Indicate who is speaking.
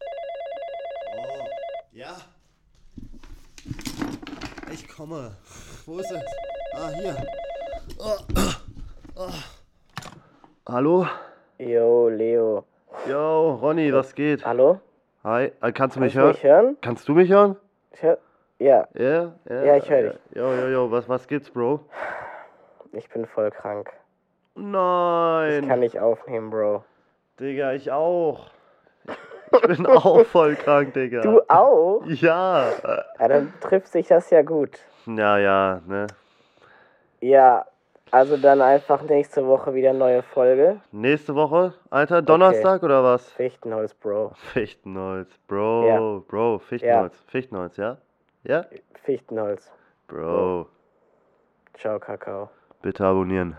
Speaker 1: Oh, Ja. Ich komme. Wo ist es? Ah, hier. Oh, Hallo?
Speaker 2: Yo, Leo.
Speaker 1: Yo, Ronny, was geht?
Speaker 2: Hallo?
Speaker 1: Hi, äh, kannst du mich
Speaker 2: Kannst du
Speaker 1: hören?
Speaker 2: mich hören?
Speaker 1: Kannst du mich hören?
Speaker 2: Ich hör ja,
Speaker 1: Ja, ja.
Speaker 2: Ja, ich hör dich.
Speaker 1: Yo, yo, yo, was, was gibt's, Bro?
Speaker 2: ich bin voll krank.
Speaker 1: Nein.
Speaker 2: Ich kann nicht aufnehmen, Bro.
Speaker 1: Digga, ich auch. Ich bin auch voll krank, Digga.
Speaker 2: Du auch?
Speaker 1: Ja. Äh,
Speaker 2: Ja, dann trifft sich das ja gut.
Speaker 1: Ja, ja, ne.
Speaker 2: Ja, also dann einfach nächste Woche wieder neue Folge.
Speaker 1: Nächste Woche, Alter, Donnerstag oder was?
Speaker 2: Fichtenholz, Bro.
Speaker 1: Fichtenholz, Bro,
Speaker 2: Ja.
Speaker 1: Bro, Fichtenholz, Fichtenholz, ja? Ja?
Speaker 2: Fichtenholz.
Speaker 1: Bro,
Speaker 2: Ciao, Kakao.
Speaker 1: bitte abonnieren.